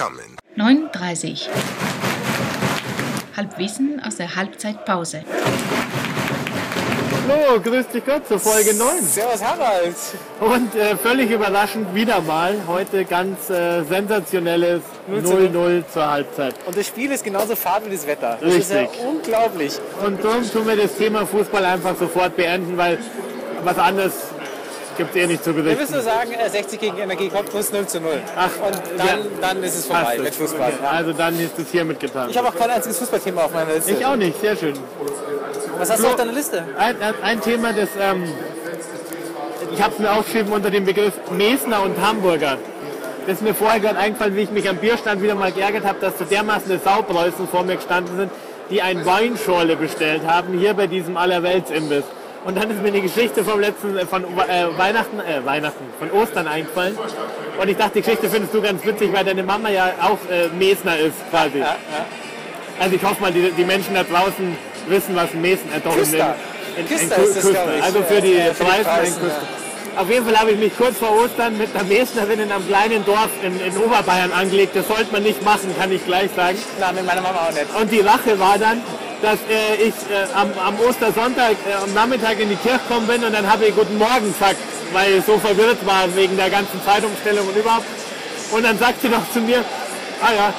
Namen. 39. Halbwissen aus der Halbzeitpause. Hallo, grüß dich Gott zur Folge 9. Servus Harald. Und äh, völlig überraschend wieder mal heute ganz äh, sensationelles 0 zu 0. 0-0 zur Halbzeit. Und das Spiel ist genauso fad wie das Wetter. Das ist ja Richtig. unglaublich. Und darum tun wir das Thema Fußball einfach sofort beenden, weil was anderes gibt es eh nicht zu Wir gewichten. müssen nur sagen, äh, 60 gegen Energie Cottbus 0 zu 0. Ach, Und ja. dann, dann ist es Passt vorbei es. mit Fußball. Okay, Also dann ist es hiermit getan. Ich habe auch kein einziges Fußballthema auf meiner Liste. Ich auch nicht, sehr schön. Was hast du auf deiner Liste? Ein, ein Thema, das ähm, ich habe es mir aufgeschrieben unter dem Begriff Mesner und Hamburger. Das ist mir vorher gerade eingefallen, wie ich mich am Bierstand wieder mal geärgert habe, dass so dermaßen eine Saupreußen vor mir gestanden sind, die ein Weinschorle bestellt haben, hier bei diesem Allerweltsimbiss. Und dann ist mir eine Geschichte vom letzten, äh, von äh, Weihnachten, äh, Weihnachten, von Ostern eingefallen. Und ich dachte, die Geschichte findest du ganz witzig, weil deine Mama ja auch äh, Mesner ist, quasi. Also ich hoffe mal, die, die Menschen da draußen wissen, was ein Mesen äh, doch in Küster. in- in Küster Kü- ist das, Küster. glaube ich. Also für die Ja, für die Preisen Preisen, in Küster. Auf jeden Fall habe ich mich kurz vor Ostern mit einer Mesnerin in einem kleinen Dorf in, in Oberbayern angelegt. Das sollte man nicht machen, kann ich gleich sagen. Nein, mit meiner Mama auch nicht. Und die Rache war dann, dass äh, ich äh, am, am Ostersonntag äh, am Nachmittag in die Kirche gekommen bin und dann habe ich Guten Morgen gesagt, weil ich so verwirrt war wegen der ganzen Zeitumstellung und überhaupt. Und dann sagt sie noch zu mir, ah ja,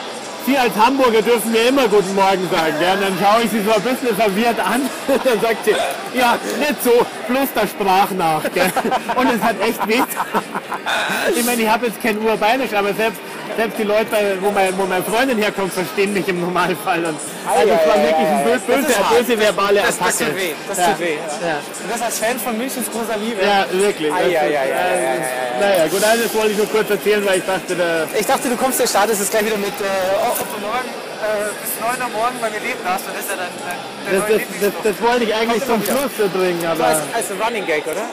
Sie als Hamburger dürfen mir immer Guten Morgen sagen. Ja, und dann schaue ich sie so ein bisschen verwirrt an und dann sagt sie, ja, nicht so, bloß der Sprach nach. Gell? Und es hat echt weh. Ich meine, ich habe jetzt kein Urbayerisch, aber selbst, selbst die Leute, bei- wo, mein, wo meine Freundin herkommt, verstehen mich im Normalfall. Und, also es war Ei, ei, wirklich ei, ein ei. böse, Das ist böse, hart. böse verbale Das, das Attacke. tut weh. Das ja. tut weh. Ja. Und das als Fan von Münchens großer Liebe. Ja, wirklich. Ei, Das ist- ei, ei, ei, äh, ei, Naja, gut, also das wollte ich nur kurz erzählen, weil ich dachte, da, Ich dachte, du kommst, der Start ist es gleich wieder mit äh, oh, von 9 äh, bis 9 Uhr morgen bei mir leben darfst. Und das ist ja dann äh, der das, das, das, neue Lieblingsstoff. das wollte ich eigentlich zum Kommt immer Schluss bringen. Aber, Als, als also Running Gag, oder?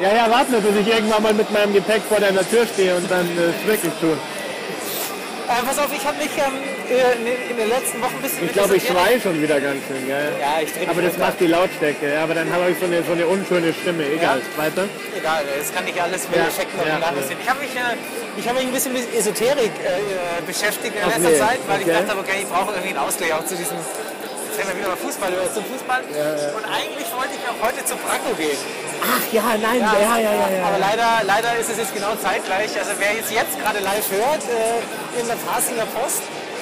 ja, ja, warte nur, bis ich irgendwann mal mit meinem Gepäck vor deiner Tür stehe und dann äh, es wirklich tue. Äh, pass auf, ich habe mich ähm, äh, in den- in den letzten Wochen ein bisschen... Ich glaube, ich interessiert. schreie schon wieder ganz schön, gell? Ja, ich dreh mich Aber das runter. macht die Lautstärke, ja, aber dann habe ich so eine, so eine unschöne Stimme. Egal, weiter. Egal, das kann ich alles mit Ja, Effekten und ja, nachvollziehen. Ich habe mich, äh, ich hab mich ein bisschen mit Esoterik äh, äh, beschäftigt in Ach letzter nee, Zeit, weil okay. ich dachte, okay, ich brauche irgendwie einen Ausgleich auch zu diesem, jetzt sind wir wieder mal Fußball oder zum Fußball. Und eigentlich wollte ich auch heute zu Braco gehen. Ach ja, nein, ja, ja, ja, ja. Aber leider, leider ist es jetzt genau zeitgleich. Also wer jetzt, jetzt gerade live hört, äh, in der Fasinger Post,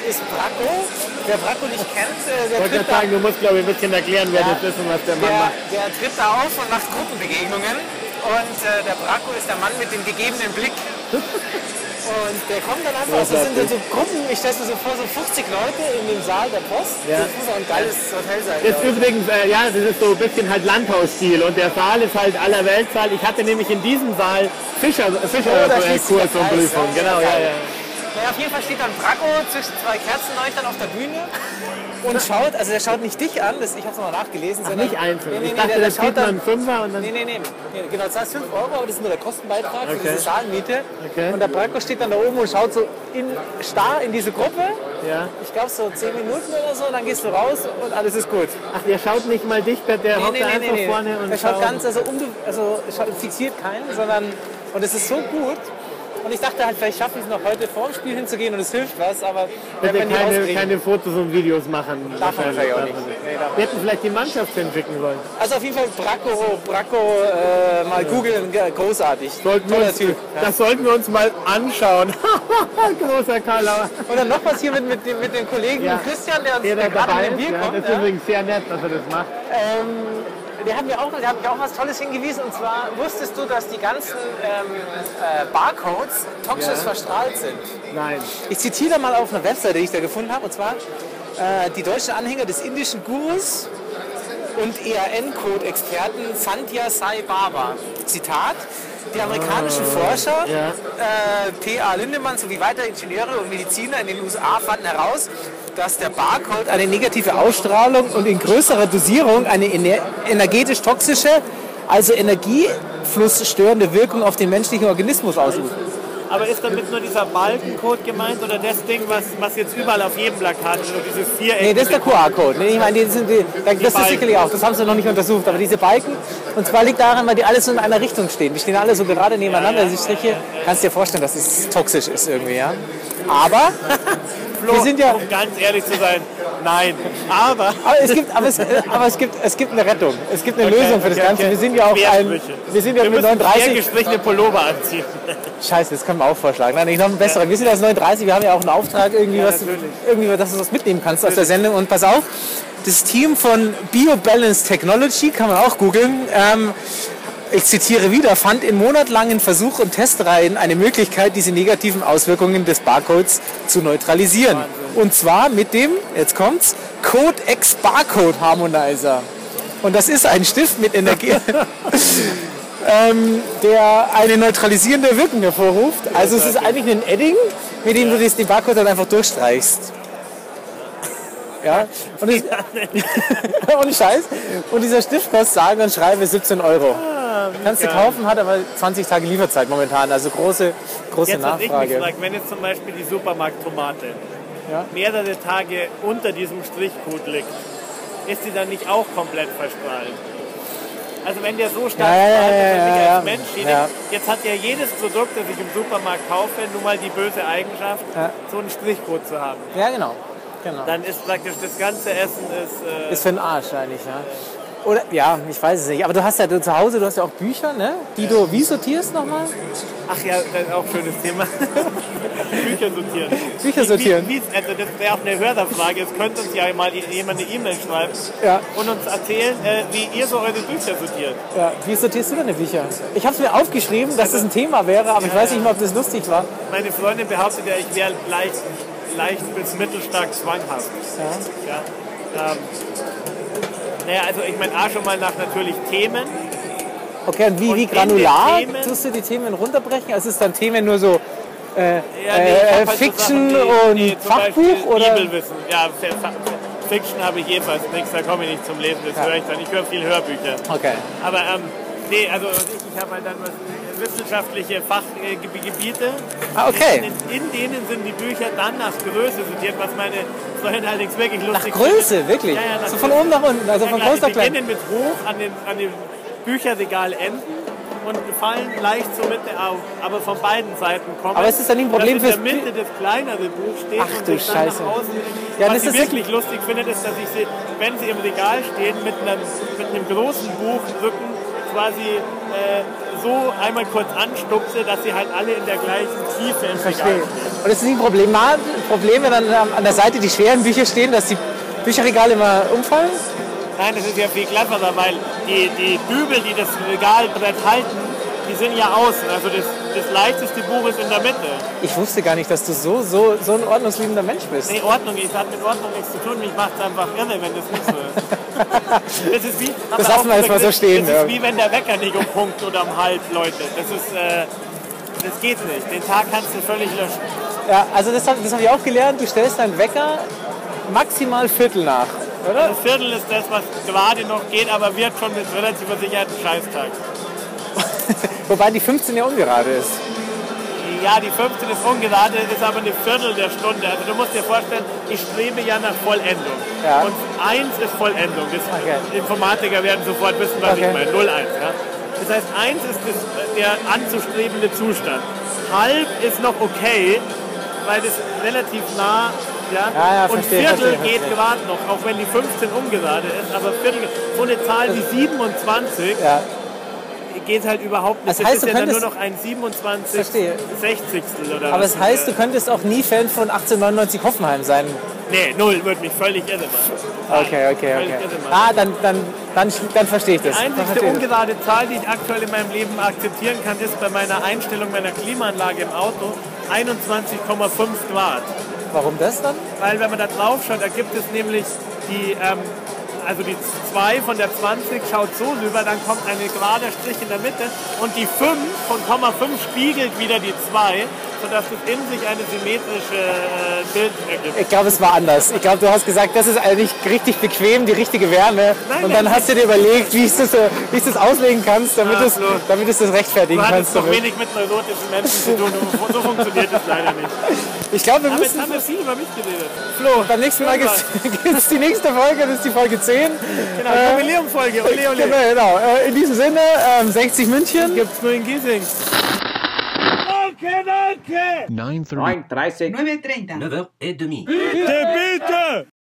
ist Braco. Wer Braco nicht kennt, äh, Ich der wollte gerade tritt da sagen, du musst, glaube ich, ein bisschen erklären, wer Ja. das ist und was der Mann Der, macht. der tritt da auf und macht Gruppenbegegnungen. Und äh, der Braco ist der Mann mit dem gegebenen Blick. Und der kommt dann einfach, also das sind dann so Gruppen, ich stelle mir so vor, so 50 Leute in dem Saal der Post. Ja. Das muss auch ein geiles Hotel sein. Ist übrigens, äh, ja, das ist so ein bisschen halt Landhausstil und der Saal ist halt aller Weltsaal. Ich hatte nämlich in diesem Saal Fischer, Fischer Oh, da äh, schließt sich der Kurs und Kreis, Prüfung. ja. Genau, ja, ja. Naja, auf jeden Fall steht dann Braco zwischen zwei Kerzenleuchtern auf der Bühne. Und schaut, also der schaut nicht dich an, das, ich habe es nochmal nachgelesen. sondern- Nicht einzeln. Nee, nee, ich nee, dachte, der, da der zieht schaut man dann einen Fünfer und dann. Nee, nee, nee. Nee, Genau, du zahlst 5 Euro, aber das ist nur der Kostenbeitrag für Okay. diese Saalmiete. Okay. Und der Braco steht dann da oben und schaut so in, starr in diese Gruppe. Ja. Ich glaube so 10 Minuten oder so, dann gehst du raus und alles ist gut. Ach, der schaut nicht mal dich, der nee, hockt einfach vorne und Er schaut ganz, also, unbe also schaut, fixiert keinen, sondern, und es ist so gut. Und ich dachte halt, vielleicht schaffe ich es noch heute vor dem Spiel hinzugehen und es hilft was, aber wenn Bitte wir nicht keine, rauskriegen. keine Fotos und Videos machen. Darf man wahrscheinlich auch nicht. Nee, darf man Wir hätten vielleicht die Mannschaft hinschicken sollen. Also auf jeden Fall Bracco, Bracco äh, mal googeln, ge- großartig. Sollten wir Toller uns, Typ. Ja. Das sollten wir uns mal anschauen. Großer Karlauer. Und dann noch was hier mit, mit, dem- mit dem Kollegen Ja. Christian, der uns Der, der da gerade dabei mit dem ist, Bier ja, kommt. das ist ja. übrigens sehr nett, dass er das macht. Ähm, der hat mir auch, der hat mich auch was Tolles hingewiesen und zwar wusstest du, dass die ganzen ähm, äh, Barcodes toxisch Ja. verstrahlt sind. Nein. Ich zitiere mal auf einer Webseite, die ich da gefunden habe, und zwar äh, die deutschen Anhänger des indischen Gurus und EAN-Code-Experten Sandhya Sai Baba. Zitat. Die amerikanischen Forscher, ja. äh, P.A. Lindemann sowie weitere Ingenieure und Mediziner in den USA fanden heraus, dass der Barcode eine negative Ausstrahlung und in größerer Dosierung eine ener energetisch toxische, also energieflussstörende Wirkung auf den menschlichen Organismus ausübt. Aber ist damit nur dieser Balkencode gemeint oder das Ding, was, was jetzt überall auf jedem Plakat ist, dieses Viereck? Nee, das ist der QR-Code. Nee, ich meine, die sind die, da- das ist Balken. sicherlich auch, das haben sie noch nicht untersucht, aber diese Balken, und zwar liegt daran, weil die alle so in einer Richtung stehen. Die stehen alle so gerade nebeneinander, diese Striche. Kannst dir vorstellen, dass es toxisch ist irgendwie, ja? Aber Flo, wir sind ja- um ganz ehrlich zu sein, nein. Aber Aber es gibt, aber es, aber es gibt, es gibt eine Rettung. Es gibt eine Okay, Lösung für das okay, Ganze. okay. Wir sind ja auch ein, Quersprüche. wir sind ja wir mit müssen 39. gestrichene Pullover anziehen. Scheiße, das können wir auch vorschlagen. Nein, ich noch einen besseren. Wir sind als 39. Wir haben ja auch einen Auftrag irgendwie, Ja, was, natürlich. irgendwie, dass du was mitnehmen kannst aus der Sendung. Und pass auf, das Team von BioBalance Technology kann man auch googeln. Ähm, ich zitiere wieder, fand in monatelangen Versuch und Testreihen eine Möglichkeit, diese negativen Auswirkungen des Barcodes zu neutralisieren. Und zwar mit dem, jetzt kommt's, Codex Barcode Harmonizer. Und das ist ein Stift mit Energie, ähm, der eine neutralisierende Wirkung hervorruft. Also es ist eigentlich ein Edding, mit dem du das- den Barcode dann einfach durchstreichst. Ja, und ich, ohne Scheiß. Und dieser Stift kostet sage und schreibe 17 Euro. Kannst du Ah, geil. kaufen, hat aber 20 Tage Lieferzeit momentan. Also große, große Jetzt was ich mich Nachfrage. frage, wenn jetzt zum Beispiel die Supermarkttomate Ja. mehrere Tage unter diesem Strichcode liegt, ist sie dann nicht auch komplett verstrahlt? Also wenn der so stark Ja, ja, strahlt, dass ja, er mich ja, als ja. Mensch schädigt, Ja. jetzt hat ja jedes Produkt, das ich im Supermarkt kaufe, nun mal die böse Eigenschaft, Ja. so einen Strichcode zu haben. Ja, genau. genau. Dann ist praktisch das ganze Essen ist, äh, Ist für den Arsch eigentlich, ja. Oder, ja, ich weiß es nicht. Aber du hast ja du- zu Hause, du hast ja auch Bücher, ne? Die du wie sortierst nochmal? Ach ja, das ist auch ein schönes Thema. Bücher sortieren. Bücher sortieren. Wie, wie, also das wäre auch eine Hörerfrage. Es könnte uns ja mal jemand eine E-Mail schreiben Ja. und uns erzählen, äh, wie ihr so eure Bücher sortiert. ja. Äh, Wie sortierst du deine Bücher? Ich habe es mir aufgeschrieben, dass das ein Thema wäre, aber ich weiß nicht mal, ob das lustig war. Meine Freundin behauptet ja, ich wäre leicht, leicht bis mittelstark zwanghaft. Ja. Ähm, naja, also ich meine A schon mal nach natürlich Themen. Okay, und wie, Und wie in den granular Themen- tust du die Themen runterbrechen? Also ist dann Themen nur so äh, Ja, nee, ich hab äh, halt so Fiction Sachen, und die- die zum Fachbuch Beispiel oder? Bibelwissen. Ja, Fa- Fa- Fiction habe ich jedenfalls nichts, da komme ich nicht zum Lesen, das höre ich dann. Ich höre viel Hörbücher. Okay. Aber ähm, nee, also ich, ich habe halt dann was äh, wissenschaftliche Fachgebiete. Ah, okay. In, in, in denen sind die Bücher dann nach Größe sortiert, was meine Freundin allerdings wirklich Nach lustig Größe, findet. wirklich? Ja, ja, nach so von Größe. oben nach unten, also Ja, von klar, groß nach die klein. beginnen mit hoch an den, an den Bücherregal enden und fallen leicht zur Mitte auf, aber von beiden Seiten kommen. Aber es ist dann nicht ein Problem dass in fürs der Mitte das kleinere Buch steht Ach und du sich dann Scheiße. nach außen. Ja, das Was ich ist- wirklich lustig finde, ist, dass ich sie, wenn sie im Regal stehen, mit einem, mit einem großen Buchrücken quasi äh, so einmal kurz anstupse, dass sie halt alle in der gleichen Tiefe im Regal Verstehe. stehen. Und es ist nicht ein Problem, Problem, wenn dann am- an der Seite die schweren Bücher stehen, dass die Bücherregale immer umfallen? Nein, das ist ja viel cleverer, weil die, die Dübel, die das Regalbrett halten, die sind ja außen. Also das, das leichteste Buch ist in der Mitte. Ich wusste gar nicht, dass du so, so, so ein ordnungsliebender Mensch bist. Nee, Ordnung, ich hat mit Ordnung nichts zu tun. Mich macht es einfach irre, wenn das nicht so ist. Das, ist wie, aber lassen wir auch jetzt mal so das- stehen, Das ja. ist wie wenn der Wecker nicht um Punkt oder um halb läutet. Das ist, äh, das geht nicht. Den Tag kannst du völlig löschen. Ja, also das habe das hab ich auch gelernt, du stellst deinen Wecker maximal Viertel nach. Ein Viertel ist das, was gerade noch geht, aber wird schon mit relativer Sicherheit ein Scheißtag. Wobei die 15 ja ungerade ist. Ja, die 15 ist ungerade, ist aber eine Viertel der Stunde. Also du musst dir vorstellen, ich strebe ja nach Vollendung. Ja. Und 1 ist Vollendung. Das Okay. Informatiker werden sofort wissen, was Okay. ich meine. 0, 1. Ja? Das heißt, 1 ist das, der anzustrebende Zustand. Halb ist noch okay, weil das relativ nah... Ja? Ja, ja, Und verstehe, Viertel verstehe, geht verstehe. gerade noch, auch wenn die 15 ungerade ist. Aber Viertel, so eine Zahl wie 27 Ja. geht halt überhaupt nicht. Das heißt, ist du ja dann nur könntest- noch ein 27 Verstehe. Sechzigstel oder Aber was. es heißt, du könntest auch nie Fan von 1899 Hoffenheim sein. Nee, null, würde mich völlig irre machen. Okay, Völlig okay, okay. irre machen. Ah, dann, dann, dann, dann verstehe ich das. Die Dann einzigste verstehe ich das. ungerade Zahl, die ich aktuell in meinem Leben akzeptieren kann, ist bei meiner Einstellung meiner Klimaanlage im Auto 21,5 Grad. Warum das dann? Weil wenn man da drauf schaut, da gibt es nämlich die, ähm, also die 2 von der 20 schaut so rüber, dann kommt ein gerader Strich in der Mitte und die 5 von Komma 5 spiegelt wieder die 2, sodass es in sich eine symmetrische äh, Bild ergibt. Ich glaube, es war anders. Ich glaube, du hast gesagt, das ist eigentlich richtig bequem, die richtige Wärme. Nein, Und nein. dann hast du dir überlegt, wie ich das, äh, wie ich das auslegen kannst, damit Ah, du es- Flo. damit es das rechtfertigen Du hattest kannst. doch wenig mit neurotischen Menschen zu tun, so funktioniert es leider nicht. Ich glaube, wir Aber jetzt müssen haben wir viel über mich geredet. Flo, beim nächsten Mal gibt es die nächste Folge, das ist die Folge 10. Genau, Jubiläumfolge, ole ole. Genau, genau. Äh, In diesem Sinne, ähm, 60 München. Gibt's nur in Giesing. Und Danke, danke! 9.30 9.30 9h30. 9h30. Bitte, bitte!